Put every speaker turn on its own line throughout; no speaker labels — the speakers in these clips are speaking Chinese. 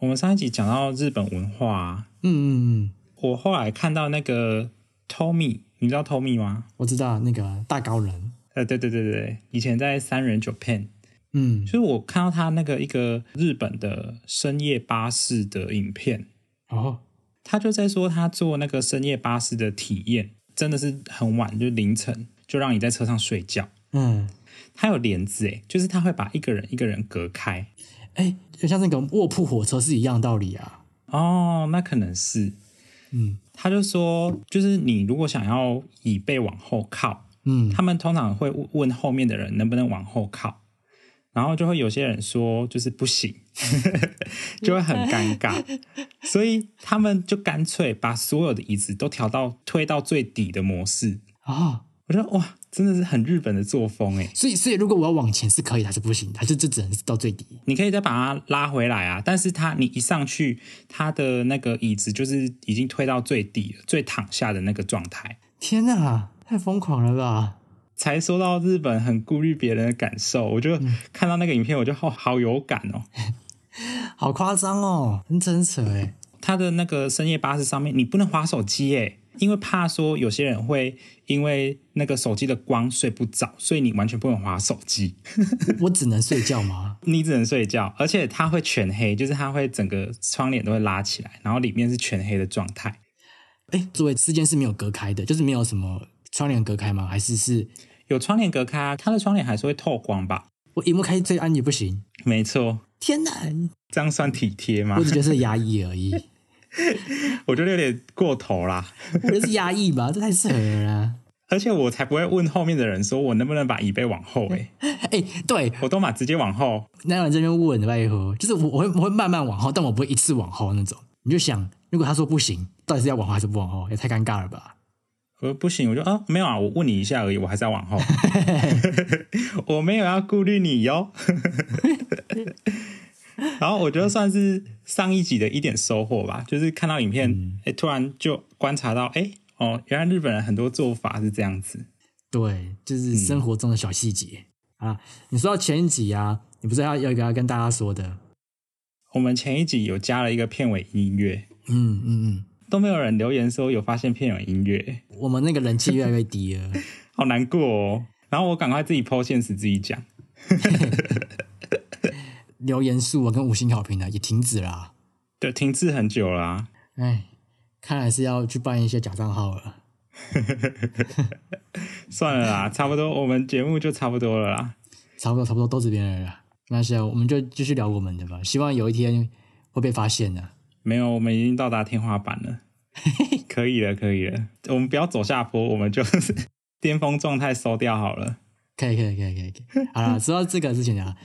我们上一集讲到日本文化、啊，
嗯嗯
我后来看到那个 Tommy，你知道 Tommy 吗
嗯，？我知道那个大高人，
呃，对对对对对，以前在三人 Japan，
嗯
就是我看到他那个一个日本的深夜巴士的影片，
哦，
他就在说他坐那个深夜巴士的体验，真的是很晚，就凌晨，就让你在车上睡觉。
嗯，
他有帘子诶，就是他会把一个人一个人隔开。
哎，就像那个卧铺火车是一样道理啊，
哦，那可能是，
嗯
他就说，就是你如果想要椅背往后靠，
嗯
他们通常会问后面的人能不能往后靠，然后就会有些人说就是不行， 就会很尴 尬，所以他们就干脆把所有的椅子都调到推到最底的模式。
啊、
我觉得哇，真的是很日本的作风哎，
所以所以如果我要往前是可以，还是不行？还是这只能是到最底？
你可以再把它拉回来啊，但是它你一上去，它的那个椅子就是已经推到最底了，最躺下的那个状态。
天哪、太疯狂了吧！
才说到日本很顾虑别人的感受，我就看到那个影片，我就好好有感哦。
好夸张哦，很真扯哎。
它的那个深夜巴士上面，你不能划手机耶，因为怕说有些人会因为那个手机的光睡不着，所以你完全不能划手机，
我只能睡觉吗？
你只能睡觉。而且它会全黑，就是它会整个窗帘都会拉起来，然后里面是全黑的状态，
哎，座位之间是没有隔开的，就是没有什么窗帘隔开吗？还是是
有窗帘隔开啊，它的窗帘还是会透光吧？
我荧幕开最暗也不行？
没错，
天哪，
这样算体贴吗
我？只觉得是压抑而已，
我觉得有点过头啦。
我觉得是压抑吧，这太扯了啦。
而且我才不会问后面的人说我能不能把椅背往后诶、
哎，对，
我都嘛直接往后，
那有人这边问拜托，就是我我会我会慢慢往后，但我不会一次往后那种。你就想，如果他说不行，到底是要往后还是不往后？也太尴尬了吧？
我说不行，我就啊没有啊，我问你一下而已，我还是要往后，我没有要顾虑你哟。然后我觉得算是上一集的一点收获吧，就是看到影片，哎、突然就观察到，哎、哦，原来日本人很多做法是这样子，
对，就是生活中的小细节、啊。你说到前一集啊，你不是要要一个要跟大家说的？
我们前一集有加了一个片尾音乐，
嗯嗯
都没有人留言说有发现片尾音乐，
嗯，我们那个人气越来越低了。
好难过哦。然后我赶快自己剖现实，自己讲。
留言数啊我跟五星好评呢也停止啦、
对，停滞很久啊啦、
哎，看来是要去办一些假账号了。
算了啦，差不多，我们节目就差不多了啦。
差不多差不多都这边了啦。那现在我们就继续聊我们的吧，希望有一天会被发现的、
没有，我们已经到达天花板了，可以了，可以了。我们不要走下坡，我们就是 巅峰状态收掉好了。
可以可以可以可以可以。好了，说到这个之前啊，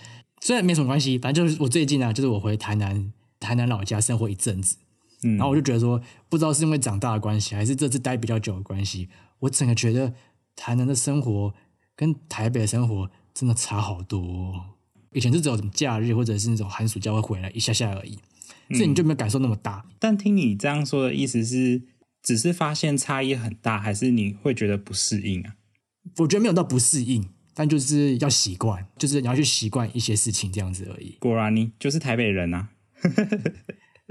虽然没什么关系，反正就是我最近啊，就是我回台南台南老家生活一阵子，
嗯
然后我就觉得说，不知道是因为长大的关系，还是这次待比较久的关系，我整个觉得台南的生活跟台北的生活真的差好多哦、以前是只有什么假日或者是那种寒暑假会回来一下下而已，所以你就没有感受那么大。
但听你这样说的意思是，只是发现差异很大，还是你会觉得不适应啊？
我觉得没有到不适应，但就是要习惯，就是你要去习惯一些事情这样子而已。
果然你就是台北人啊！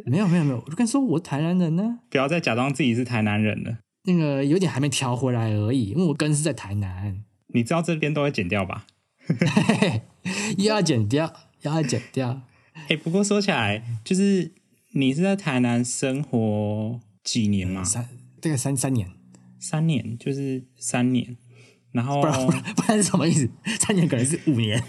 没有没有没有，我就跟你说我台南人呢、
不要再假装自己是台南人了。
那个有点还没调回来而已，因为我根是在台南，
你知道这边都会剪掉 吧？
又要剪掉，又要剪掉。
哎、不过说起来，就是你是在台南生活几年嘛？
三大概三三年，
三年，就是三年。然后
不然、不 然不然是什么意思？三年可能是五年，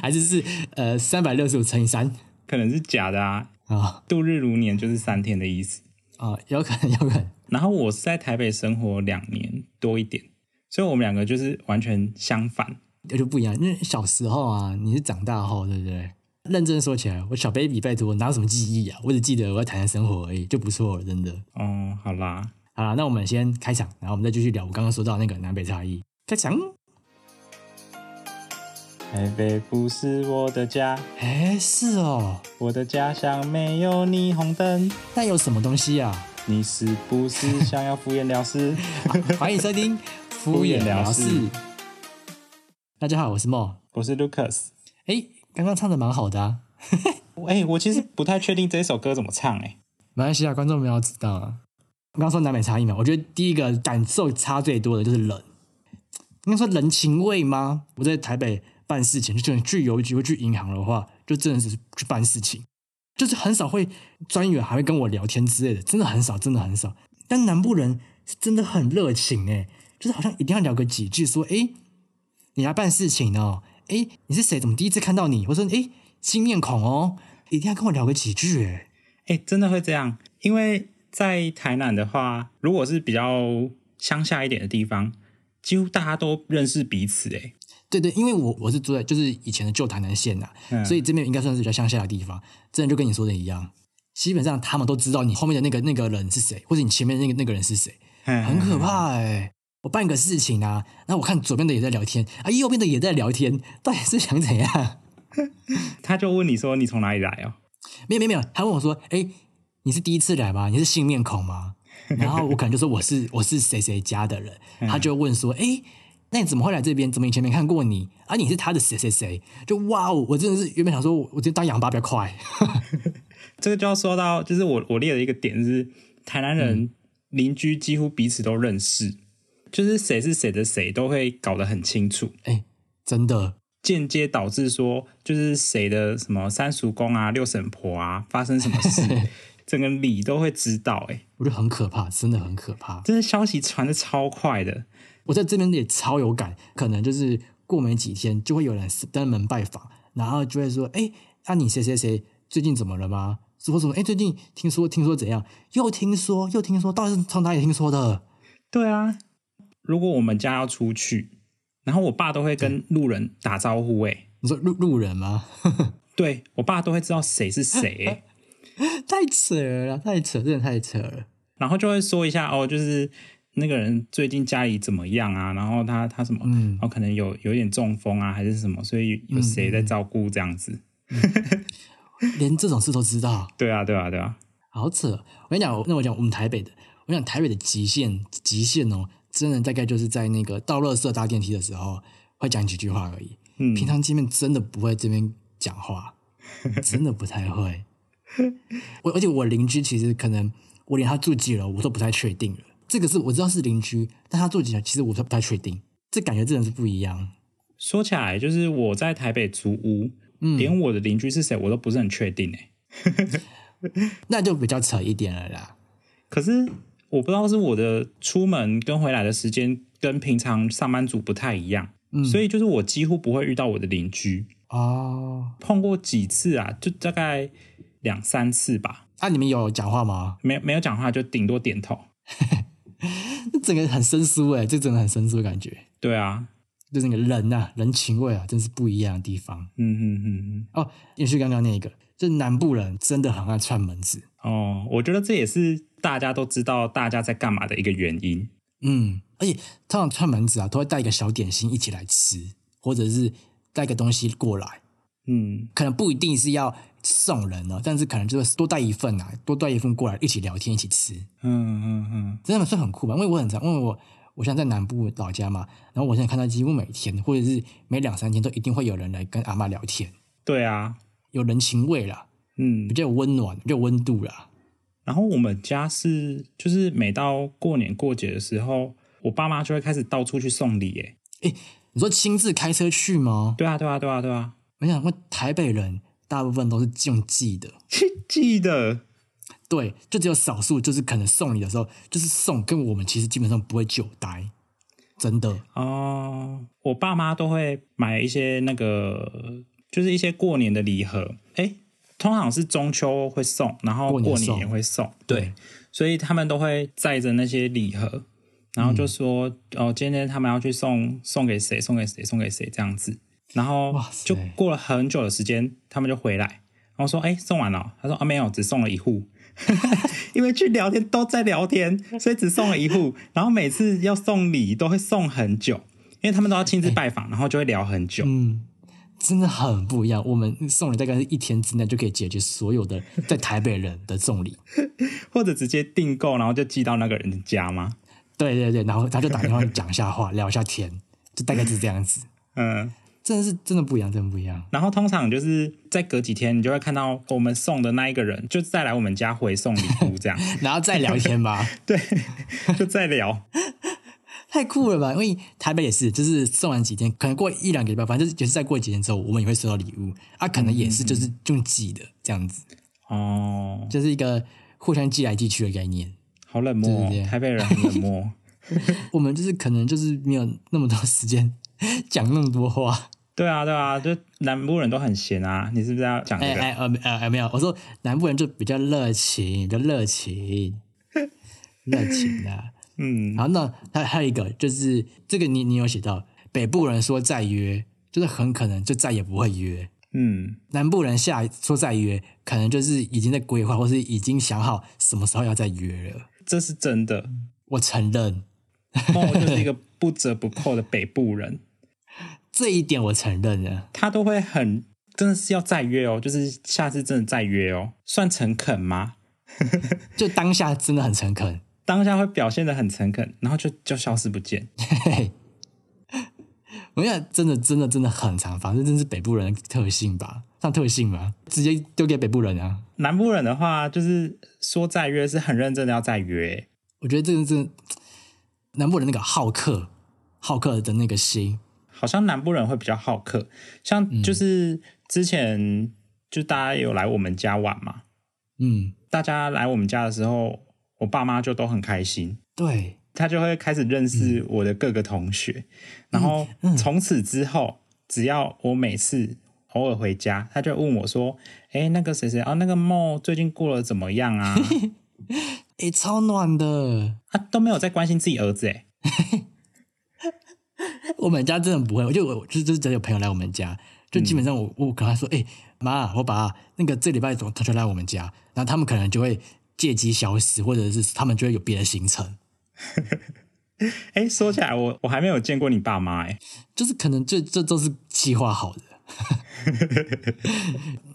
还是是呃三百六十五乘以三
可能是假的啊，
啊
度日如年就是三天的意思。
啊，有可能有可能。
然后我是在台北生活两年多一点，所以我们两个就是完全相反。
那就不一样，因为小时候啊，你是长大后，对不对？认真说起来，我小 baby 拜托，哪有什么记忆啊？我只记得我在台南生活而已，就不错了，真的。
哦，好啦，
好啦，那我们先开场，然后我们再继续聊我刚刚说到那个南北差异。开场，
台北不是我的家，
哎，是哦，
我的家乡没有霓虹灯。
那有什么东西 啊？
你是不是想要敷衍了事？
欢迎收听敷衍了事。大家好，我是莫。
我是 Lucas。
哎，刚刚唱的蛮好的啊，
哎、我其实不太确定这首歌怎么唱、哎，
马来西亚观众们要知道啊，我刚刚说南北差异嘛，我觉得第一个感受差最多的就是冷，应该说人情味吗？我在台北办事情，就去邮局或去银行的话，就真的是去办事情，就是很少会专员还会跟我聊天之类的，真的很少，真的很少。但南部人是真的很热情诶、就是好像一定要聊个几句，说诶，你来办事情哦，诶，你是谁？怎么第一次看到你？或者说诶，新面孔哦，一定要跟我聊个几句欸诶。
哎、真的会这样，因为在台南的话，如果是比较乡下一点的地方，几乎大家都认识彼此、哎，
对对，因为我我是住在就是以前的旧台南县呐、
嗯
所以这边应该算是比较乡下的地方。真的就跟你说的一样，基本上他们都知道你后面的那个那个人是谁，或者你前面那个那个人是谁，
嗯
很可怕哎、我办个事情啊，然后我看左边的也在聊天，啊，右边的也在聊天，到底是想怎样？
他就问你说你从哪里来哦、
没有没有没有，他问我说：“哎，你是第一次来吗？你是新面孔吗？” 然后我可能就说我是我是谁谁家的人，他就问说：“哎，那你怎么会来这边？怎么以前没看过你？啊，你是他的谁谁谁？”就哇哦，我真的是原本想说我我直接当哑巴比较快，
这个就要说到，就是我我列的一个点是，台南人邻居几乎彼此都认识，就是谁是谁的谁都会搞得很清楚，
哎，真的
间接导致说就是谁的什么三叔公啊、六婶婆啊发生什么事，整个里都会知道、欸。哎，
我觉得很可怕，真的很可怕。
真的消息传的超快的，
我在这边也超有感，可能就是过没几天就会有人登门拜访，然后就会说：“哎，那、你谁谁谁最近怎么了吗？”说什么？哎，最近听说听说怎样？又听说又听说，到底是从哪里听说的？
对啊，如果我们家要出去，然后我爸都会跟路人打招呼、欸，哎，
你说路路人吗？
对我爸都会知道谁是谁、欸。
太扯了，太扯，真的太扯了。
然后就会说一下哦，就是那个人最近家里怎么样啊？然后他他什么，
嗯
然后可能有有点中风啊，还是什么，所以有有谁在照顾这样子？
连这种事都知道，
对啊，对啊，对啊，
好扯！哦我跟你讲，我那我讲我们台北的，我讲台北的极限极限哦，真的大概就是在那个到垃圾搭电梯的时候会讲几句话而已。
嗯，
平常见面真的不会这边讲话，真的不太会。我而且我邻居其实可能我连他住几楼我都不太确定了。这个是我知道是邻居，但他住几楼其实我都不太确定。这感觉真的是不一样。
说起来就是我在台北租屋，
嗯
连我的邻居是谁我都不是很确定哎、
那就比较扯一点了啦。
可是我不知道是我的出门跟回来的时间跟平常上班族不太一样，
嗯
所以就是我几乎不会遇到我的邻居，
哦，
碰过几次啊，就大概两三次吧，
那、啊你们有讲话吗？
没没有讲话就顶多点头。
那整个很生疏哎、这真的很生疏的感觉，
对啊，
就是那个人呐、人情味啊，真是不一样的地方
嗯嗯嗯嗯，
哦。延续刚刚那个，就是南部人真的很爱串门子，
哦，我觉得这也是大家都知道大家在干嘛的一个原因。
嗯，而且通常串门子啊，都会带一个小点心一起来吃，或者是带个东西过来，
嗯，
可能不一定是要送人哦，但是可能就是多带一份啊，多带一份过来一起聊天一起吃，
嗯嗯嗯，
真的算很酷吧？因为我很常，因为我我现在在南部老家嘛，然后我现在看到几乎每天或者是每两三天都一定会有人来跟阿妈聊天，
对啊，
有人情味啦，
嗯
比。较有温暖，比较有温度啦。
然后我们家是，就是每到过年过节的时候，我爸妈就会开始到处去送礼。哎，
你说亲自开车去吗？
对啊，对啊，对啊，对啊，
我想问，台北人大部分都是用寄的。
记得。
对，就只有少数，就是可能送礼的时候，就是送跟我们其实基本上不会久待，真的。
哦，我爸妈都会买一些那个，就是一些过年的礼盒。哎，通常是中秋会送，然后
过年
过
送
年也会送。
对
对，所以他们都会载着那些礼盒，然
嗯
后就说、哦，今天他们要去送送给谁，送给谁，送给谁这样子。然后
哇塞
就过了很久的时间，他们就回来，然后说：“哎，送完了哦、他说：“啊，没有，只送了一户。” 因为去聊天都在聊天，所以只送了一户。然后每次要送礼都会送很久，因为他们都要亲自拜访，然后就会聊很久。
哎嗯，真的很不一样。我们送礼大概是一天之内就可以解决所有的在台北人的送礼。
或者直接订购，然后就寄到那个人的家吗？
对对对，然后他就打电话讲一下话，聊一下天，就大概是这样子。
嗯，
真的是真的不一样，真的不一样。
然后通常就是再隔几天，你就会看到我们送的那一个人，就再来我们家回送礼物 这样。
然后再聊天吧，
对，就再聊。
太酷了吧！因为台北也是，就是送完几天，可能过一两个礼拜，反正就是也是再过几天之后，我们也会收到礼物啊，可能也是就是用寄的这样子，
哦，
就是一个互相寄来寄去的概念。
好冷漠、
对对
哦，
对
台北人很冷漠。
我们就是可能就是没有那么多时间讲那么 多话。
对啊，对啊，就南部人都很闲啊。你是不是要讲这
哎
个？
哎呃呃呃没有，我说南部人就比较热情，比较热情，热情啊。
嗯，
然后呢，还还有一个就是这个你你有写到，北部人说再约，就是很可能就再也不会约。
嗯，
南部人下说再约，可能就是已经在规划，或是已经想好什么时候要再约了。
这是真的。
我承认
梦就是一个不折不扣的北部人，
这一点，我承认了。
他都会很真的是要再约哦，就是下次真的再约哦，算诚恳吗？
就当下真的很诚恳，
当下会表现的很诚恳，然后就就消失不见。
嘿嘿。我想真的真的真的很常发生，这真是北部人的特性吧？算特性吧，直接丢给北部人啊！
南部人的话，就是说再约是很认真的要再约，
我觉得这个是南部人那个好客、好客的那个心，
好像南部人会比较好客，像就是之前就大家有来我们家玩嘛，
嗯，
大家来我们家的时候，我爸妈就都很开心，
对，
他就会开始认识我的各个同学，然后从此之后，只要我每次偶尔回家，他就会问我说：“哎、那个谁谁啊，那个梦最近过得怎么样啊
诶，超暖的。？”
他都没有在关心自己儿子、诶
我们家真的不会，我就我就就只要有朋友来我们家，就基本上我我跟他说，哎、妈，我把那个这礼拜同同学来我们家，然后他们可能就会借机消失，或者是他们就会有别的行程，
哎、诶说起来我，我还没有见过你爸妈、诶
就是可能这这都是计划好的。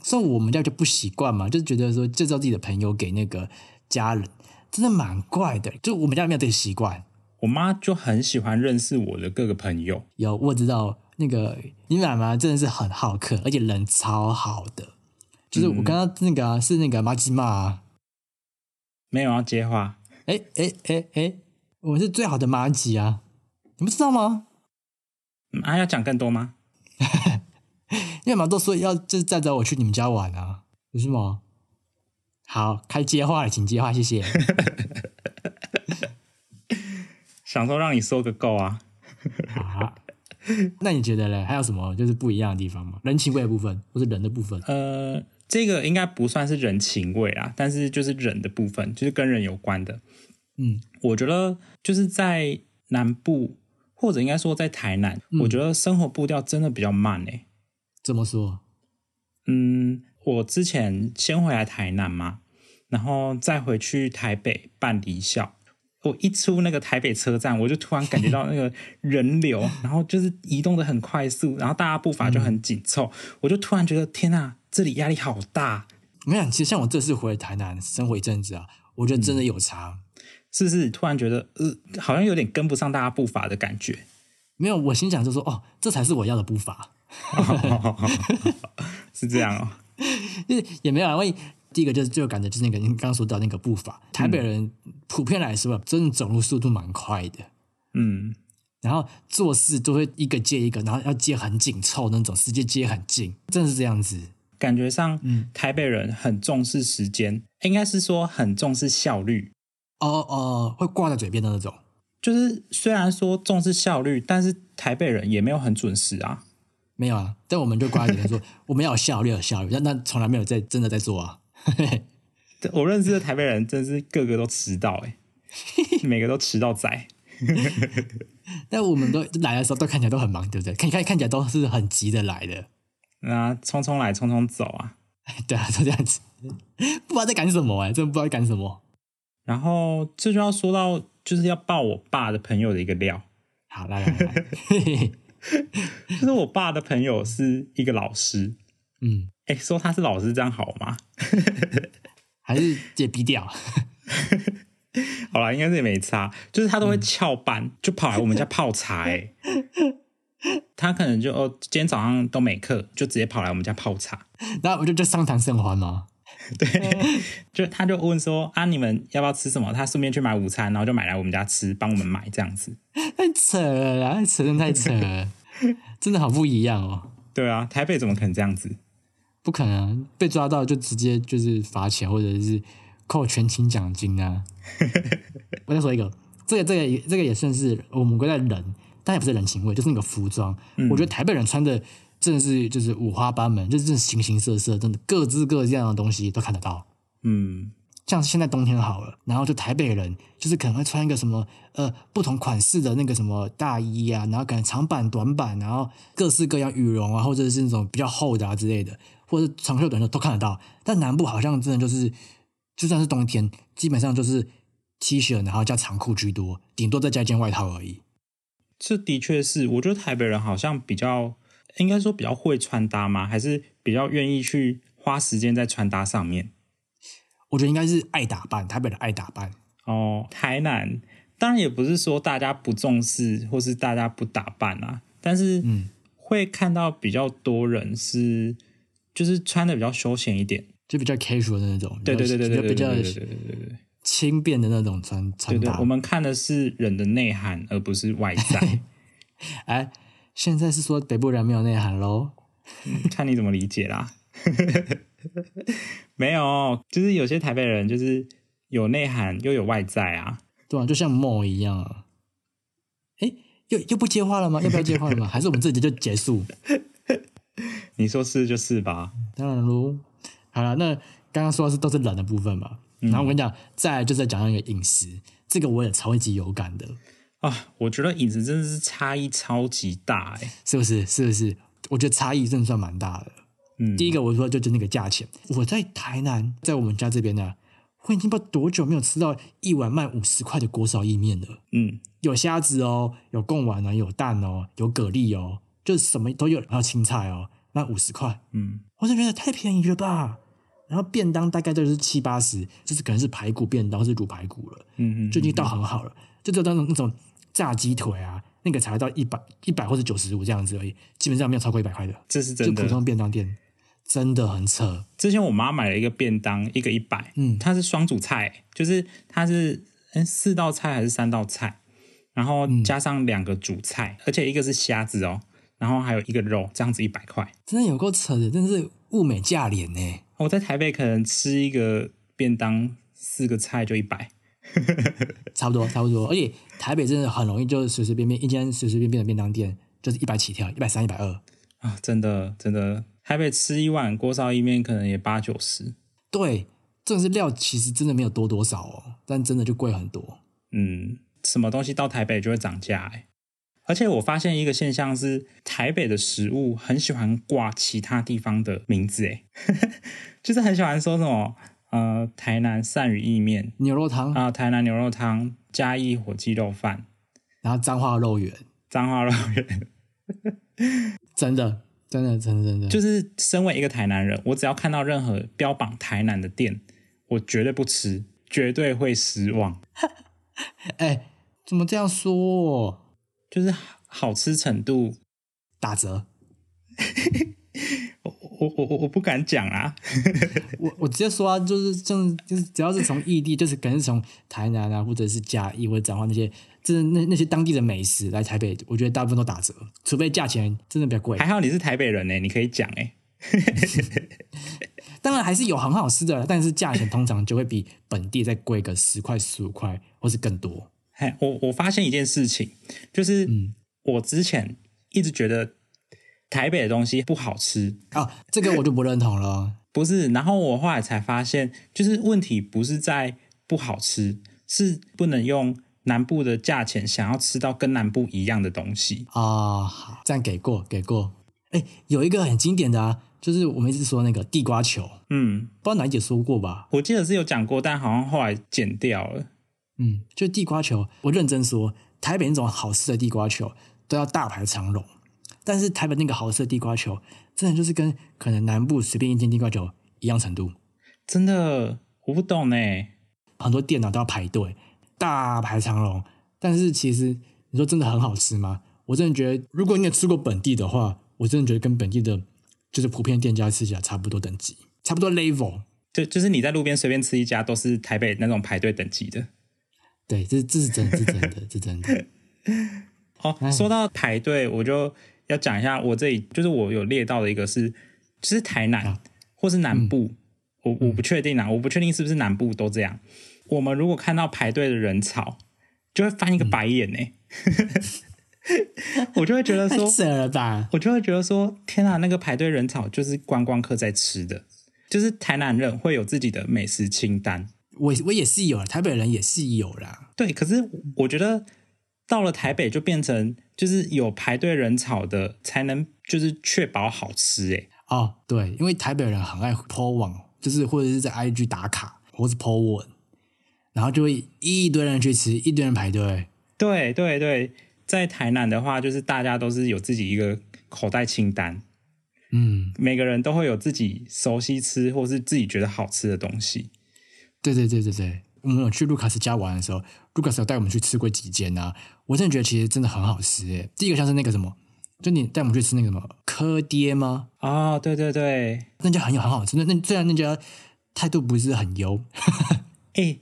所以我们家就不习惯嘛，就觉得说介绍自己的朋友给那个家人，真的蛮怪的。就我们家没有这个习惯。
我妈就很喜欢认识我的各个朋友，
有我知道那个你妈妈真的是很好客，而且人超好的。就是我刚刚那个啊、是那个马吉玛啊，
没有要接话。
哎哎哎哎，我们是最好的马吉啊，你不知道吗？
嗯，还、要讲更多吗？
因为马都说要就是再找我去你们家玩啊，不是吗？好，开接话了，请接话，谢谢。
想说让你说个够啊。
好，那你觉得嘞？还有什么就是不一样的地方吗？人情味的部分，或是人的部分？
呃，这个应该不算是人情味啦，但是就是人的部分，就是跟人有关的。
嗯，
我觉得就是在南部，或者应该说在台南，我觉得生活步调真的比较慢欸诶、
怎么说？
嗯，我之前先回来台南嘛，然后再回去台北办离校。我一出那个台北车站，我就突然感觉到那个人流，然后就是移动的很快速，然后大家步伐就很紧凑，我就突然觉得天啊，这里压力好大，
我跟你讲，其实像我这次回台南生活一阵子啊，我觉得真的有差。
是不是？突然觉得呃，好像有点跟不上大家步伐的感觉。
没有，我心想就说哦，这才是我要的步伐，
是这样哦。
就是也没有啊，因为第一个就是就感觉就是那个你刚刚说到那个步伐，台北人普遍来说吧，真的走路速度蛮快的，
嗯，
然后做事都会一个接一个，然后要接很紧凑那种，直接接很近，真的是这样子。
感觉上，台北人很重视时间，应该是说很重视效率。
哦哦，会挂在嘴边的那种。
就是虽然说重视效率，但是台北人也没有很准时啊。
没有啊，但我们就挂在嘴边说 我们要有效率，要有效率，但那从来没有在真的在做啊。
这我认识的台北人真是个个都迟到、欸，每个都迟到仔。
但我们都来的时候都看起来都很忙，对不对？看看看起来都是很急的来的，
那匆匆来，匆匆走啊。
对啊，都这样子，不知道在赶什么哎、真的不知道在赶什么。
然后这就要说到，就是要爆我爸的朋友的一个料，
好，来来来， 嘿嘿嘿
就是我爸的朋友是一个老师。
嗯，
哎、说他是老师这样好吗？
还是解逼掉。
好啦，应该是也没差，就是他都会翘班，就跑来我们家泡茶、欸。他可能就哦，今天早上都没课，就直接跑来我们家泡茶。
那我就就上谈甚欢嘛。
对，就他就问说啊，你们要不要吃什么？他顺便去买午餐，然后就买来我们家吃，帮我们买这样子。
太扯了啦，太扯真的太扯了，真的好不一样哦。
对啊，台北怎么可能这样子？
不可能被抓到就直接就是罚钱或者是扣全勤奖金啊！我再说一个，这个这个也这个也算是我们国家的人，但也不是人情味，就是那个服装。我觉得台北人穿的真的是就是五花八门，就是真的形形色色，真的各式各样的东西都看得到。
嗯，
像现在冬天好了，然后就台北人就是可能会穿一个什么呃不同款式的那个什么大衣啊，然后可能长版、短版，然后各式各样羽绒啊，或者是那种比较厚的啊之类的，或者是长袖短袖都看得到。但南部好像真的就是，就算是冬天，基本上就是 T 恤，然后加长裤居多，顶多再加一件外套而已。
这的确是，我觉得台北人好像比较，应该说比较会穿搭吗？还是比较愿意去花时间在穿搭上面？
我觉得应该是爱打扮，台北人爱打扮。
哦，台南当然也不是说大家不重视或是大家不打扮啊，但是会看到比较多人是就是穿的比较休闲一点。
就比较 casual 的那种，
对对对对对对对
比较
对
比
对
较
对对对
轻便的那种穿穿
对对
搭，
我。们看的是人的内涵，而不是外 在。
哎，现在是说北部人没有内涵喽？
看你怎么理解啦。 没有，就是有些台北人就是有内涵又有外在啊。
对啊，就像梦一样啊。哎，又又不接话了吗？要不要接话了吗？还 是我们这集就结束？
你说是就是吧？
当然喽。好了，那刚刚说的是都是冷的部分嘛。然后我跟你讲，再来就是在讲到一个饮食，这个我也超级有感的，
啊，我觉得饮食真的是差异超级大哎、
是不是？是不是？我觉得差异真的算蛮大的。
嗯，
第一个我说就是那个价钱，我在台南，在我们家这边呢、我已经不知道多久没有吃到一碗卖五十块的锅烧意面了。
嗯，
有虾子哦，有贡丸哦，有蛋哦，有蛤蜊哦，就是什么都有，还有青菜哦，那五十块，
嗯，
我就觉得太便宜了吧。然后便当大概都是七八十，就是可能是排骨便当，是卤排骨了，
嗯嗯
就已经到很好了。就只有那种那种炸鸡腿啊，那个才到一百一百或者九十五这样子而已，基本上没有超过一百块的，
这是
就
真
普
的。
通便当店真的很扯。
之前我妈买了一个便当，一个一百，
嗯
它是双主菜、就是它是嗯四道菜还是三道菜，然后加上两个主菜，而且一个是虾子哦，然后还有一个肉，这样子一百块。
真的有够扯的，真的是物美价廉呢、
我在台北可能吃一个便当，四个菜就一百。
差不多，差不多。而且台北真的很容易，就是随随便便一间随随便便的便当店，就是一百起跳，一百三、一百二。
啊，真的真的，台北吃一碗锅烧意面可能也八九十，
对，这是料其实真的没有多多少哦，但真的就贵很多。
嗯，什么东西到台北就会涨价哎、而且我发现一个现象是，台北的食物很喜欢挂其他地方的名字哎、 就是很喜欢说什么呃台南鳝鱼意面
牛肉汤，
啊、台南牛肉汤、嘉义火鸡肉饭、
然后彰化肉圆，
彰化肉圆。
真的，真的，真的，真的，
就是身为一个台南人，我只要看到任何标榜台南的店，我绝对不吃，绝对会失望。
哎，怎么这样说？
就是好吃程度，
打折，
我我我我我不敢讲啊。
我我直接说啊，就是正就是只要是从异地，就是可能是从台南啊，或者是嘉义或者彰化那些，就是那那些当地的美食来台北，我觉得大部分都打折，除非价钱真的比较贵。
还好你是台北人呢、你可以讲哎、
当然还是有很好吃的啦，但是价钱通常就会比本地再贵个十块、十五块，或是更多。
嘿，我我发现一件事情，就是我之前一直觉得台北的东西不好吃，
啊，这个我就不认同了。
不是。然后我后来才发现，就是问题不是在不好吃，是不能用南部的价钱想要吃到跟南部一样的东西。
啊，好，这样给过，给过。哎，有一个很经典的啊，就是我们一直说那个地瓜球，
嗯，
不知道哪一姐说过吧？
我记得是有讲过，但好像后来剪掉了。
嗯，就地瓜球，我认真说，台北那种好吃的地瓜球都要大排长龙，但是台北那个好吃的地瓜球，真的就是跟可能南部随便一间地瓜球一样程度。
真的，我不懂欸呢。
很多啊店脑都要排队，大排长龙。但是其实你说真的很好吃吗？我真的觉得，如果你也吃过本地的话，我真的觉得跟本地的，就是普遍店家吃起来差不多等级，差不多 level。
就就是你在路边随便吃一家，都是台北那种排队等级的。
对，这这是真的，这是真的，这是真的。
哦，说到排队，我就要讲一下，我这里就是我有列到的一个是，就是台南、
啊
或是南部，我我不确定啊，我不确定是不是南部都这样。我们如果看到排队的人潮，就会翻一个白眼呢、欸我就会觉得
太
说，
扯了吧？
我就会觉得说，天啊，那个排队人潮就是观光客在吃的，就是台南人会有自己的美食清单。
我我也是有啦，台北人也是有啦。
对，可是我觉得到了台北就变成就是有排队人潮的才能就是确保好吃欸诶、
哦，对，因为台北人很爱 po 网，就是或者是在 IG 打卡，或是 po 文，然后就会一堆人去吃，一堆人排队。
对对对，在台南的话，就是大家都是有自己一个口袋清单，
嗯，
每个人都会有自己熟悉吃或是自己觉得好吃的东西。
对对对对对，我们有去卢卡斯家玩的时候，卢卡斯有带我们去吃过几间啊，我真的觉得其实真的很好吃诶。第一个像是那个什么，就你带我们去吃那个什么柯爹吗？
哦，对对对，
那家很有很好吃，那那虽然那家态度不是很优，
哎、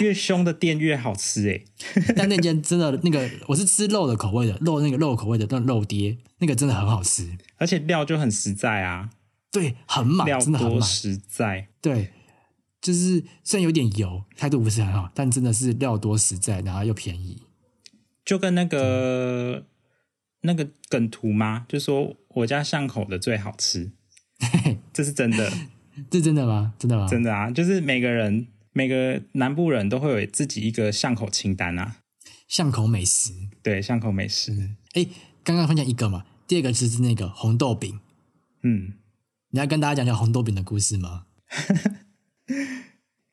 越凶的店越好吃欸诶、
但那间真的那个我是吃肉的口味的，肉那个肉口味的那肉爹，那个真的很好吃，
而且料就很实在 啊，
对，很满
料，
啊真的很
多
满，
实在。
对。就是虽然有点油，态度不是很好，但真的是料多实在，然后又便宜。
就跟那个那个梗图吗？就说我家巷口的最好 吃，这是真的，
这真的吗？真的吗？
真的啊！就是每个人每个南部人都会有自己一个巷口清单啊，
巷口美食，
对，巷口美食，
哎，刚刚分享一个嘛，第二个就是那个红豆饼。
嗯，
你要跟大家讲讲红豆饼的故事吗？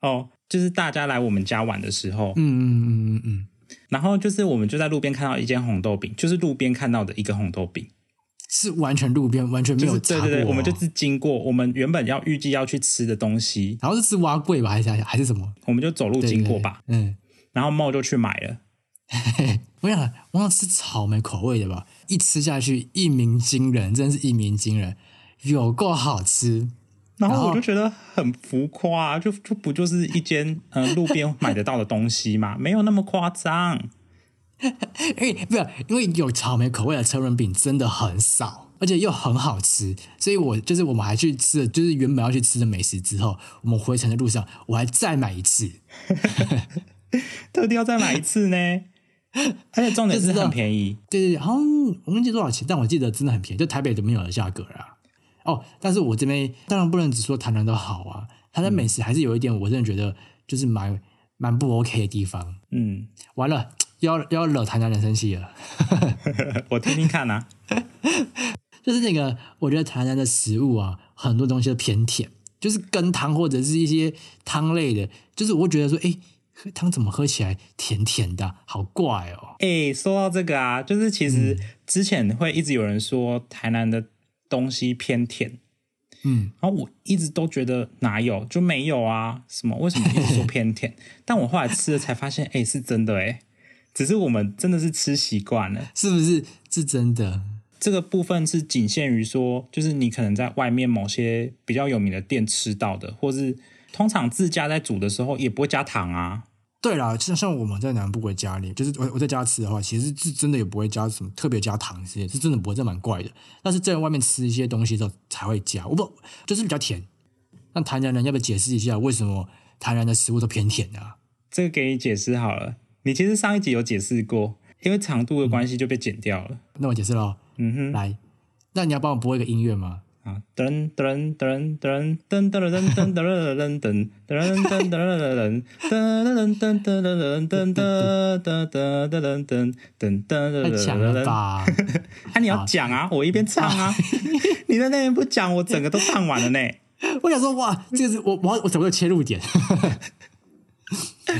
哦，就是大家来我们家玩的时候，
嗯嗯嗯嗯嗯，
然后就是我们就在路边看到一间红豆饼，就是路边看到的一个红豆饼，
是完全路边完全没
就
有
是对
查过、啊哦
对对，我们就是经过我们原本要预计要去吃的东西，
然后是吃蛙桂吧，还是还是什么？
我们就走路
对
经过吧，。
对对嗯，
然后茂就去买了。
嘿嘿我想我想吃草莓口味的吧，一吃下去一鸣惊人，真是一鸣惊人，有够好吃。
然
然
后
后
我就觉得很浮夸、啊，就就不就是一间呃路边买得到的东西嘛，没有那么夸张。
因为不是因为有草莓口味的车轮饼真的很少，而且又很好吃，所以我就是我们还去吃了，就是原本要去吃的美食之后，我们回程的路上我还再买一次，
特地要再买一次呢， 而且重点是
就知道
很便宜，
对对对，好像我忘记多少钱，但我记得真的很便宜，就台北的没有的价格啦。哦，但是我这边当然不能只说台南的好啊，台南美食还是有一点我真的觉得就是蛮蛮不 OK 的地方。
嗯，
完了，又要又要惹台南人生气了。
我听听看啊，
就是那个，我觉得台南的食物啊，很多东西都偏甜，就是羹汤或者是一些汤类的，就是我会觉得说，哎，喝汤怎么喝起来甜甜的啊，好怪哦。
哎、说到这个啊，就是其实
嗯
之前会一直有人说台南的东西偏甜，
嗯，
然后我一直都觉得哪有，就没有啊，什么为什么一直说偏甜？ 但我后来吃了才发现，哎、是真的哎、只是我们真的是吃习惯了。
是不是是真的？
这个部分是仅限于说，就是你可能在外面某些比较有名的店吃到的，或是通常自家在煮的时候也不会加糖啊。
对啦，像像我们在南部的家里，就是我我在家吃的话，其实是真的也不会加什么特别加糖之类的，是真的不会，这蛮怪的。但是在外面吃一些东西之后才会加，我不就是比较甜。那台南人要不要解释一下为什么台南的食物都偏甜的、啊？
这个给你解释好了，你其实上一集有解释过，因为长度的关系就被剪掉了。
那我解释喽。
嗯哼，
来，那你要帮我播一个音乐吗？
啊，噔噔噔噔噔噔噔噔噔噔噔噔噔噔噔噔噔噔噔噔噔噔噔噔噔噔噔噔噔噔噔噔
太
噔噔
强了
噔。
吧！
啊，你要讲啊，我一边唱啊， 你在那边不讲，我整个都唱完了呢。
我想说，哇，这个是我我我找不到切入点。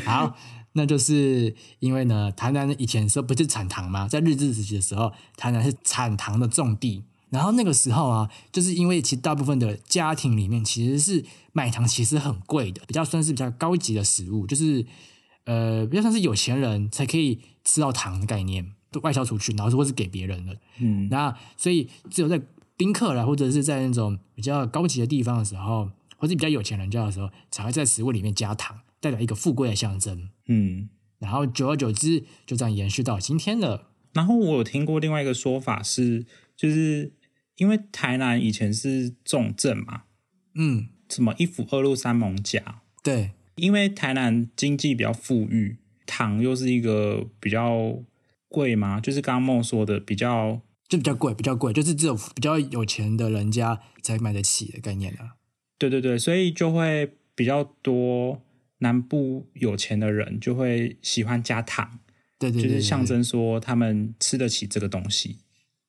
好，那就是因为呢，台南以前的时候不是产糖吗？在日治时期的时候，台南是产糖的重地。然后那个时候啊，就是因为其实大部分的家庭里面其实是买糖其实很贵的，比较算是比较高级的食物，就是呃比较像是有钱人才可以吃到糖的概念。都外销出去，然后或是给别人了。
嗯，
那所以只有在宾客啦，或者是在那种比较高级的地方的时候，或是比较有钱人家的时候，才会在食物里面加糖，代表一个富贵的象征。
嗯。
然后久而久之，就这样延续到今天了。
然后我有听过另外一个说法是，就是因为台南以前是重镇嘛，
嗯，
什么一府二路三艋甲，
对，
因为台南经济比较富裕，糖又是一个比较贵嘛，就是刚刚梦说的比较
就比较贵，比较贵，就是只有比较有钱的人家才买得起的概念啦。
对对对，所以就会比较多南部有钱的人就会喜欢加糖，
对对
就
对
是象
征。
征说他们吃得起这个东西。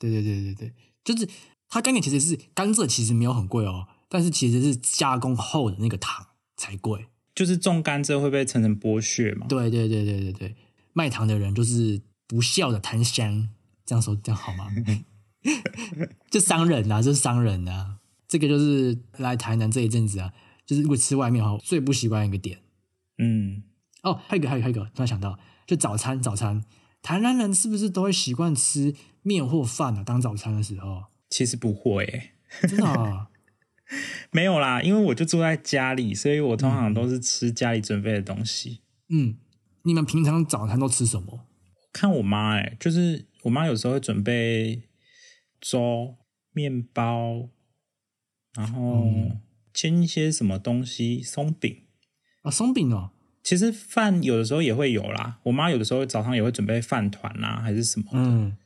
对对对对对，就是它概念其实是甘蔗其实没有很贵哦，但是其实是加工后的那个糖才贵。
就是种甘蔗会被层层剥削嘛？
对对对对对对，卖糖的人就是不孝的贪香，这样说这样好吗？ 就商人啊，就是商人啊，这个就是来台南这一阵子啊，就是如果吃外面哈，最不习惯一个点
嗯，
哦，还有一个还有一个还有一个，突然想到，就早餐早餐，台南人是不是都会习惯吃面或饭啊？当早餐的时候，
其实不会、欸，
真的啊、
没有啦，因为我就住在家里，所以我通常都是吃家里准备的东西。
嗯，你们平常早餐都吃什么？
看我妈，哎，就是我妈有时候会准备粥、面包，然后
嗯
煎一些什么东西，松饼。
啊，松饼哦，
其实饭有的时候也会有啦，我妈有的时候早上也会准备饭团啦，还是什么，
嗯，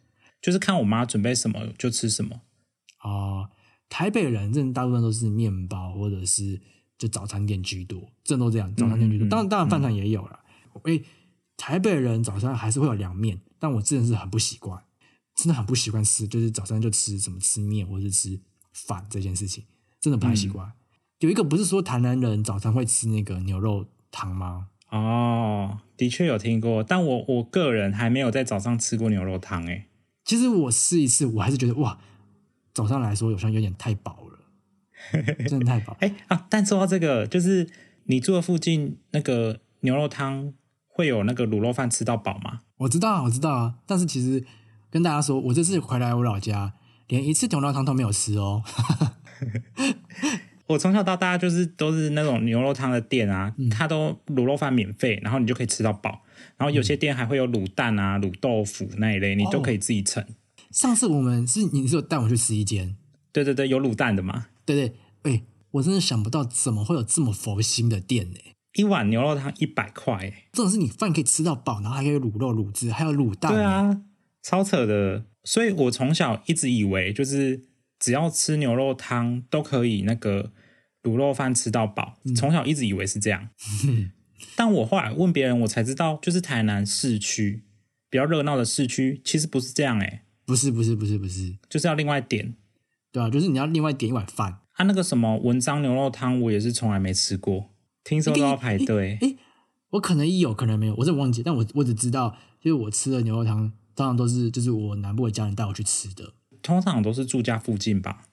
就是看我妈准备什么就吃什么。
哦，台北人真的大部分都是面包或者是就早餐店居多，真的都这样，早餐店居
嗯
多。
嗯嗯
当然，当然饭团也有啦。诶、台北人早上还是会有凉面，但我真的是很不习惯，真的很不习惯吃，就是早上就吃什么吃面或者是吃饭这件事情，真的不太习
嗯
惯。有一个不是说台南人早餐会吃那个牛肉汤吗？
哦，的确有听过，但我我个人还没有在早上吃过牛肉汤、欸，
其实我试一次，我还是觉得哇，早上来说好像有点太饱 了，真的太饱。
哎啊！但说到这个，就是你住的附近那个牛肉汤会有那个卤肉饭吃到饱吗？
我知道啊，我知道啊，但是其实跟大家说，我这次回来我老家，连一次牛肉汤都没有吃哦。
我从小到大就是都是那种牛肉汤的店啊，它都卤肉饭免费，然后你就可以吃到饱。然后有些店还会有卤蛋啊、卤豆腐那一类，你都可以自己盛。
上次我们是你是有带我去吃一间，
对对对，有卤蛋的嘛。
对对，哎、我真的想不到怎么会有这么佛心的店呢、
一碗牛肉汤一百块、欸，
真的是你饭可以吃到饱，然后还可以卤肉、卤汁，还有卤蛋、
对，啊，超扯的。所以我从小一直以为，就是只要吃牛肉汤都可以那个卤肉饭吃到饱，从小一直以为是这样。但我后来问别人，我才知道，就是台南市区比较热闹的市区，其实不是这样、欸，哎，
不是不是不是不是，
就是要另外点。
对啊，就是你要另外点一碗饭。
啊，那个什么文章牛肉汤，我也是从来没吃过，听说都要排队。
诶，我可能有可能没有，我真的忘记，但我我只知道，就是我吃的牛肉汤，通常都是就是我南部的家人带我去吃的。
通常都是住家附近吧，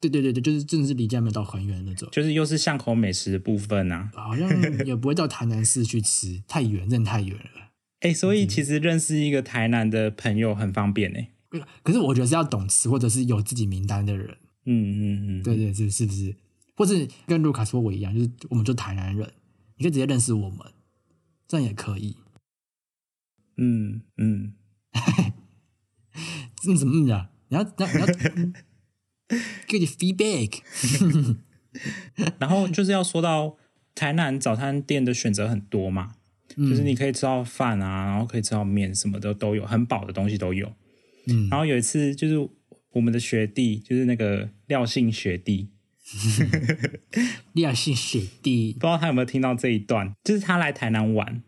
对对对对，就是真的是离家没有到很远的那种，
就是又是巷口美食的部分啊。
好像也不会到台南市去吃，太远，真的太远了。
哎、所
嗯
以其实认识一个台南的朋友很方便呢、欸
可是我觉得是要懂吃，或者是有自己名单的人，
嗯嗯嗯，
对对是是不是？或是跟卢卡说我一样，就是我们就台南人，你可以直接认识我们，这样也可以。
嗯嗯，
嗯，怎么嗯啊？你要你要你要给你 feedback，
然后就是要说到台南早餐店的选择很多嘛，
嗯
就是你可以吃到饭啊，然后可以吃到面什么的都有，很饱的东西都有。
嗯
然后有一次就是我们的学弟，就是那个廖姓学弟，
廖姓雪地
不知道他有没有听到这一段，就是他来台南玩，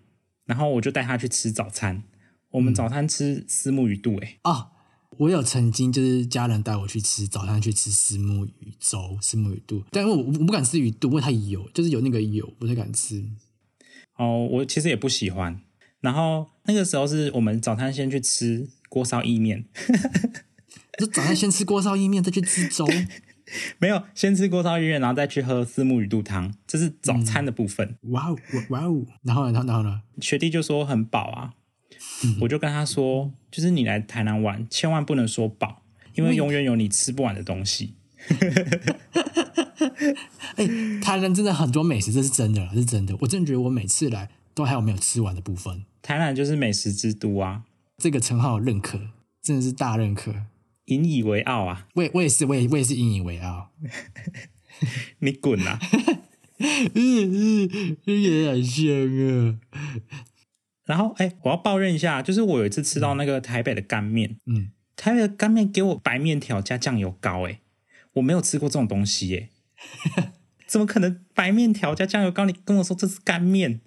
然后我就带他去吃早餐。我
嗯
们早餐吃丝木鱼肚、欸，
哦。我有曾经就是家人带我去吃早餐去吃石目鱼粥、石目鱼肚，但是我我不敢吃鱼肚，因为它油，就是有那个油，不太敢吃。
哦，我其实也不喜欢。然后那个时候是我们早餐先去吃锅烧意面，
就早上先吃锅烧意面，再去吃粥。
没有先吃锅烧意面，然后再去喝丝木鱼肚汤，这是早餐的部分。
哇哦，哇哇哦！然后呢，然后呢？
学弟就说很饱啊，我就跟他说，就是你来台南玩，千万不能说饱，因为永远有你吃不完的东西。
哎、台南真的很多美食，这是真的啦，这是真的。我真的觉得我每次来都还有没有吃完的部分，
台南就是美食之都啊，
这个称号认可，真的是大认可。
引以为傲啊！
我也我也是，我也我也是引以为傲。
你滚啊！
嗯嗯，也很香啊。
然后，哎，我要抱怨一下，就是我有一次吃到那个台北的干面，
嗯，
台北的干面给我白面条加酱油膏、哎，我没有吃过这种东西、哎，怎么可能白面条加酱油膏？你跟我说这是干面，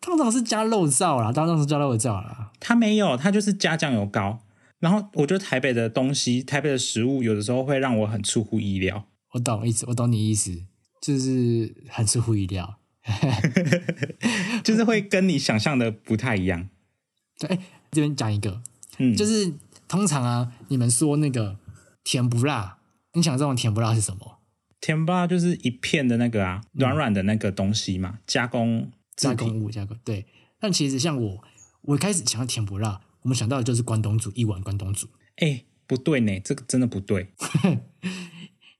通常是加肉燥啦，通常是加肉燥啦。
它没有，它就是加酱油膏。然后我觉得台北的东西，台北的食物，有的时候会让我很出乎意 料。
我懂意思，我懂你意思，就是很出乎意料。
就是会跟你想象的不太一样。
对，哎、这边讲一个，
嗯，
就是通常啊，你们说那个甜不辣，你想这种甜不辣是什么？
甜不辣就是一片的那个啊，软软的那个东西嘛，加工制
嗯加
品
工物加工对。但其实像我，我一开始想要甜不辣，我们想到的就是关东煮一碗关东煮，
哎、不对呢，这个真的不对。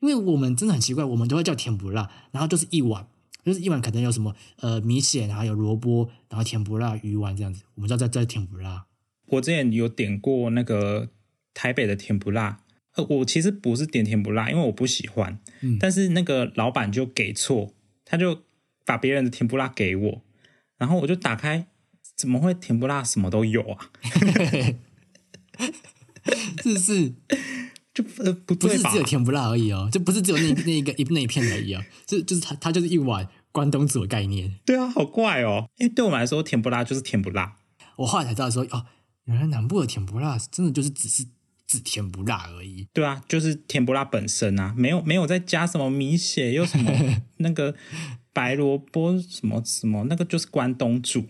因为我们真的很奇怪，我们都会叫甜不辣，然后就是一碗，就是一碗可能有什么呃米线，然后有萝卜，然后甜不辣鱼丸这样子，我们叫叫叫甜不辣。
我之前有点过那个台北的甜不辣，呃，我其实不是点甜不辣，因为我不喜欢。
嗯
但是那个老板就给错，他就把别人的甜不辣给我，然后我就打开，怎么会甜不辣什么都有啊？
是不是？
就呃不
不
对
是
吧
只？有甜不辣而已哦，就不是只有那 那一个一那一片而已哦，就就是它它就是一碗关东煮的概念。
对啊，好怪哦。因为对我们来说，甜不辣就是甜不辣。
我后来才知道说，哦，原来南部的甜不辣真的就是只是只甜不辣而已。
对啊，就是甜不辣本身啊，没有没有再加什么米血，又什 么那个白萝卜什么什么，那个就是关东煮。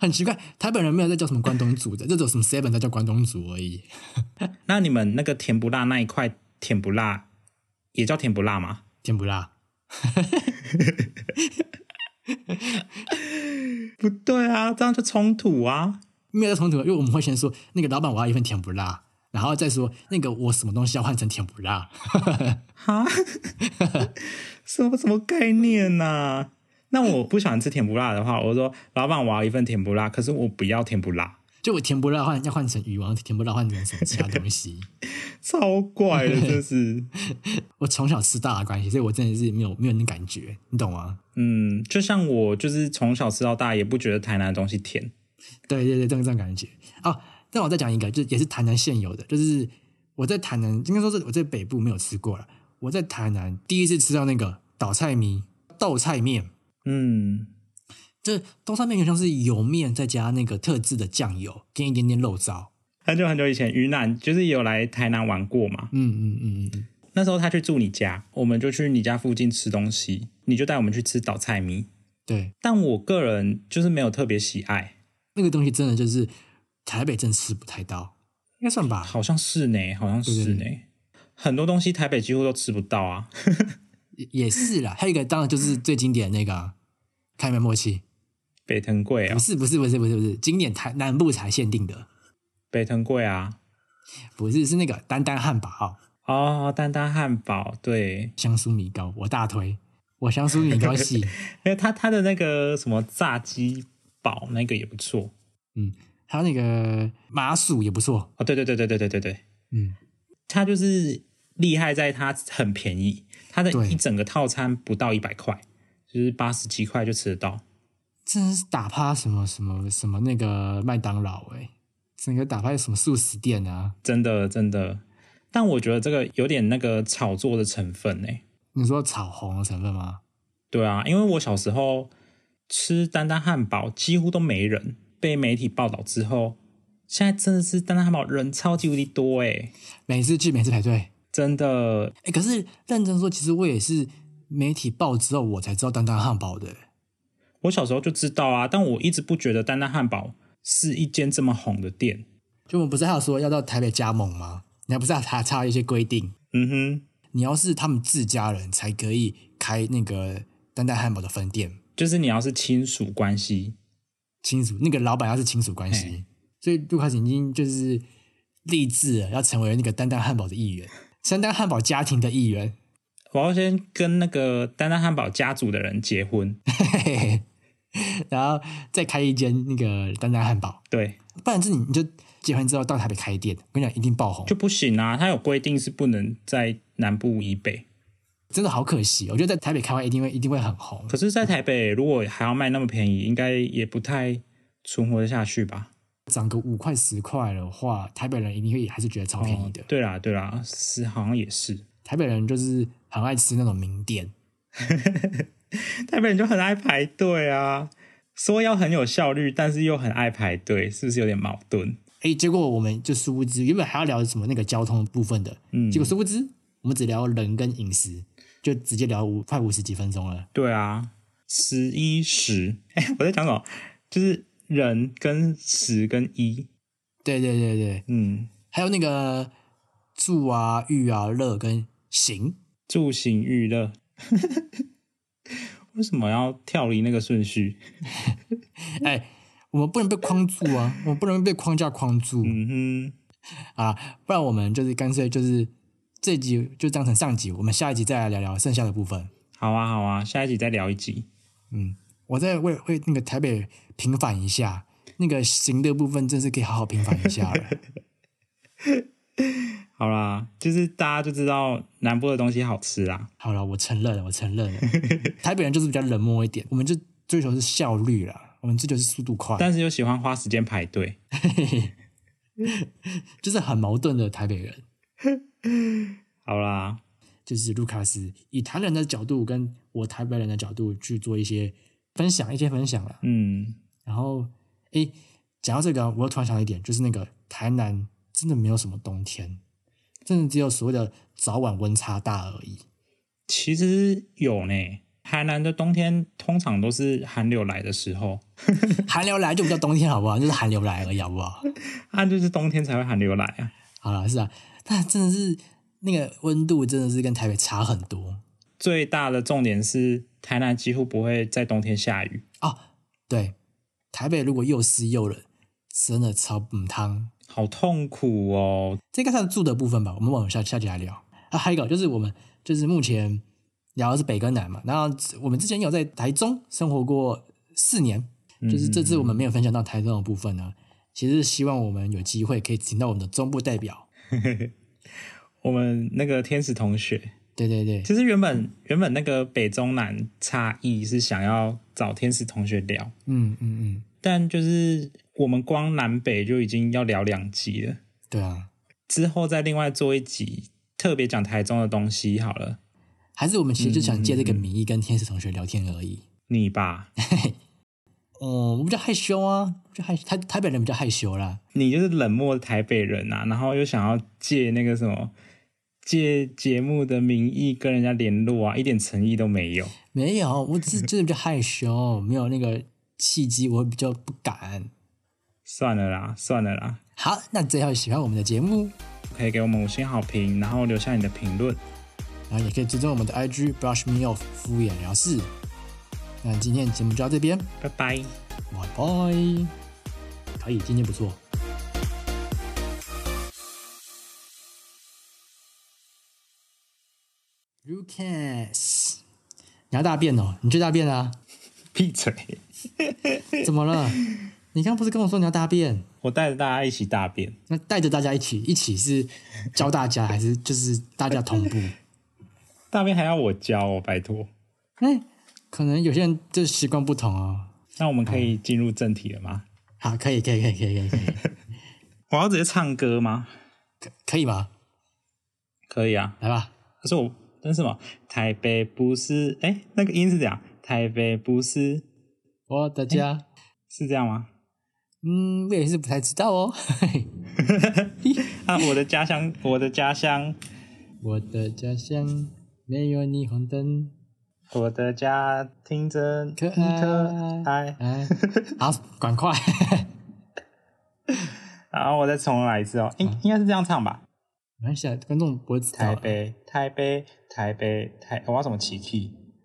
很奇怪，台本人没有在叫什么关东煮的，这种什么 seven 在叫关东煮而已。
那你们那个甜不辣那一块甜不辣也叫甜不辣吗？
甜不辣，
不对啊，这样就冲突啊。
没有在冲突，因为我们会先说那个老板我要一份甜不辣，然后再说那个我什么东西要换成甜不辣。
哈， 什么什么概念呐、啊？那我不喜欢吃甜不辣的话，我就说老板，我要一份甜不辣，可是我不要甜不辣，
就我甜不辣换要换成鱼丸，甜不辣换成什么其他东西。
超怪的，真 是。
我从小吃大的关系，所以我真的是没有没有那感觉，你懂吗？
嗯，就像我就是从小吃到大，也不觉得台南的东西甜。
对对对，这种这种感觉哦。那我再讲一个，就也是台南现有的，就是我在台南，应该说是我在北部没有吃过了。我在台南第一次吃到那个倒菜米豆菜面，
嗯，
就是豆菜面，就像是油面再加那个特制的酱油跟一点点肉燥。
很久很久以前，云南就是有来台南玩过嘛。
嗯嗯嗯嗯嗯，
那时候他去住你家，我们就去你家附近吃东西，你就带我们去吃倒菜米。
对，
但我个人就是没有特别喜爱，
那个东西真的就是台北真吃不太到，应该算吧。
好像是呢，好像是呢。很多东西台北几乎都吃不到啊。
也也是啦，还有一个当然就是最经典的那个、啊、开门默契，
北藤贵啊
不，是不是不是不是不是经典台南部才限定的，
北藤贵啊，
不是是那个丹丹汉堡、
哦，丹丹汉堡，对，
香酥米糕，我大推，我香酥米糕系。
因为他他的那个什么炸鸡堡那个也不错。
嗯，还有那个麻薯也不错，
哦，对对对对对对对对，
嗯，
它就是厉害在它很便宜，它的
对
一整个套餐不到一百块，就是八十几块就吃得到。
真的是打趴什么什么什么那个麦当劳哎、整个打趴什么素食店啊？
真的真的。但我觉得这个有点那个炒作的成分呢、欸
你说炒红的成分吗？
对啊，因为我小时候吃丹丹汉堡几乎都没人，被媒体报道之后，现在真的是丹丹汉堡人超级无敌多哎、
每次去每次排队，
真的
哎、可是认真说，其实我也是媒体报之后我才知道丹丹汉堡的、
我小时候就知道啊，但我一直不觉得丹丹汉堡是一间这么红的店。
就我们不是还有说要到台北加盟吗？你还不是还查查一些规定？
嗯哼，
你要是他们自家人才可以开那个丹丹汉堡的分店，
就是你要是亲属关系
亲属，那个老板他是亲属关系
嘿，
所以陆卡已经就是立志了要成为那个丹丹汉堡的一员，丹丹汉堡家庭的一员。
我要先跟那个丹丹汉堡家族的人结婚，
嘿嘿嘿，然后再开一间那个丹丹汉堡，
对，
不然就是你就结婚之后到台北开店，我跟你讲一定爆红，
就不行啊。它有规定是不能在南部以北，
真的好可惜。我觉得在台北开完一定会一定会很红，
可是，在台北如果还要卖那么便宜，应该也不太存活得下去吧？
涨个五块十块的话，台北人一定会还是觉得超便宜的。
对啦，对啦，是好像也是。
台北人就是很爱吃那种名店，
台北人就很爱排队啊，说要很有效率，但是又很爱排队，是不是有点矛盾？
哎，结果我们就殊不知原本还要聊什么那个交通部分的，
嗯
结果殊不知我们只聊人跟饮食，就直接聊五快五十几分钟了。
对啊，十一十，哎、我在讲什么？就是人跟十跟一，
对对对对，
嗯，
还有那个住啊、育啊、乐跟行，
住行娱乐。 为什么要跳离那个顺序？
哎，我们不能被框住啊，我们不能被框架框住、
嗯哼，
啊，不然我们就是干脆就是这集就当成上集，我们下一集再来聊聊剩下的部分。
好啊，好啊，下一集再聊一集。
嗯，我再为为那个台北平反一下，那个行的部分真是可以好好平反一下了。
好啦，就是大家就知道南部的东西好吃啊啦。
好了，我承认了，我承认了，台北人就是比较冷漠一点，我们就追求是效率啦，我们追求是速度快，
但是又喜欢花时间排队。
就是很矛盾的台北人。
好啦，
就是卢卡斯以台人的角度跟我台北人的角度去做一些分享，一些分享啦。
嗯，
然后，诶，讲到这个啊，我又突然想到一点，就是那个台南真的没有什么冬天，真的只有所谓的早晚温差大而已。
其实有呢。台南的冬天通常都是寒流来的时候，
寒流来就不叫冬天好不好？就是寒流来而已好不好？
啊，就是冬天才会寒流来啊。
好了，是啊，但真的是那个温度真的是跟台北差很多
最大的重点是，台南几乎不会在冬天下雨。
哦。对，台北如果又湿又冷，真的超母汤。
好痛苦哦！
这应该算住的部分吧，我们往下下集来聊。啊，还有一个就是我们就是目前聊的是北跟南嘛，然后我们之前有在台中生活过四年，就是这次我们没有分享到台中的部分呢，其实是希望我们有机会可以请到我们的中部代表。
我们那个天使同学，
对对对，
其实原本原本那个北中南差异是想要找天使同学聊，
嗯嗯嗯，
但就是我们光南北就已经要聊两集了，
对啊，
之后再另外做一集特别讲台中的东西好了，
还是我们其实就想借这个名义跟天使同学聊天而已。
你吧，
哦、我比较害羞啊，就害台台北人比较害羞啦。
你就是冷漠的台北人啊，然后又想要借那个什么。借节目的名义跟人家联络啊，一点诚意都没有。
没有，我只是真的比较害羞，没有那个契机，我比较不敢。
算了啦，算了啦，
好，那只要喜欢我们的节目，
可以给我们五星好评，然后留下你的评论。
然后也可以追踪我们的 IG brush me off 敷衍了事。那今天节目就到这边，
拜拜。
拜拜。可以，今天不错。Lucas，你要大便哦？你去大便啊？
闭嘴！
怎么了？你刚不是跟我说你要大便？
我带着大家一起大便，
那带着大家一起，一起是教大家，还是就是大家同步？
大便还要我教哦，拜托。
哎、可能有些人就习惯不同哦。
那我们可以进入正题了吗？
好，可以，可以，可以，可以，可以，可以，
我要直接唱歌吗？
可可以吧？
可以啊。
来吧，
可是我那是什么？台北不是？哎，那个音是这样，台北不是
我的家，
是这样吗？
嗯，我也是不太知道哦。
啊，我的家乡，我的家乡，
我的家乡没有霓虹灯，
我的家听着你
可
可爱。
哎， 好，赶快，
然后我再重来一次哦，应
嗯
应该是这样唱吧？
没关系啊，观众不会知道
台
啊。
北，台北，台北，台，我要怎么起 key？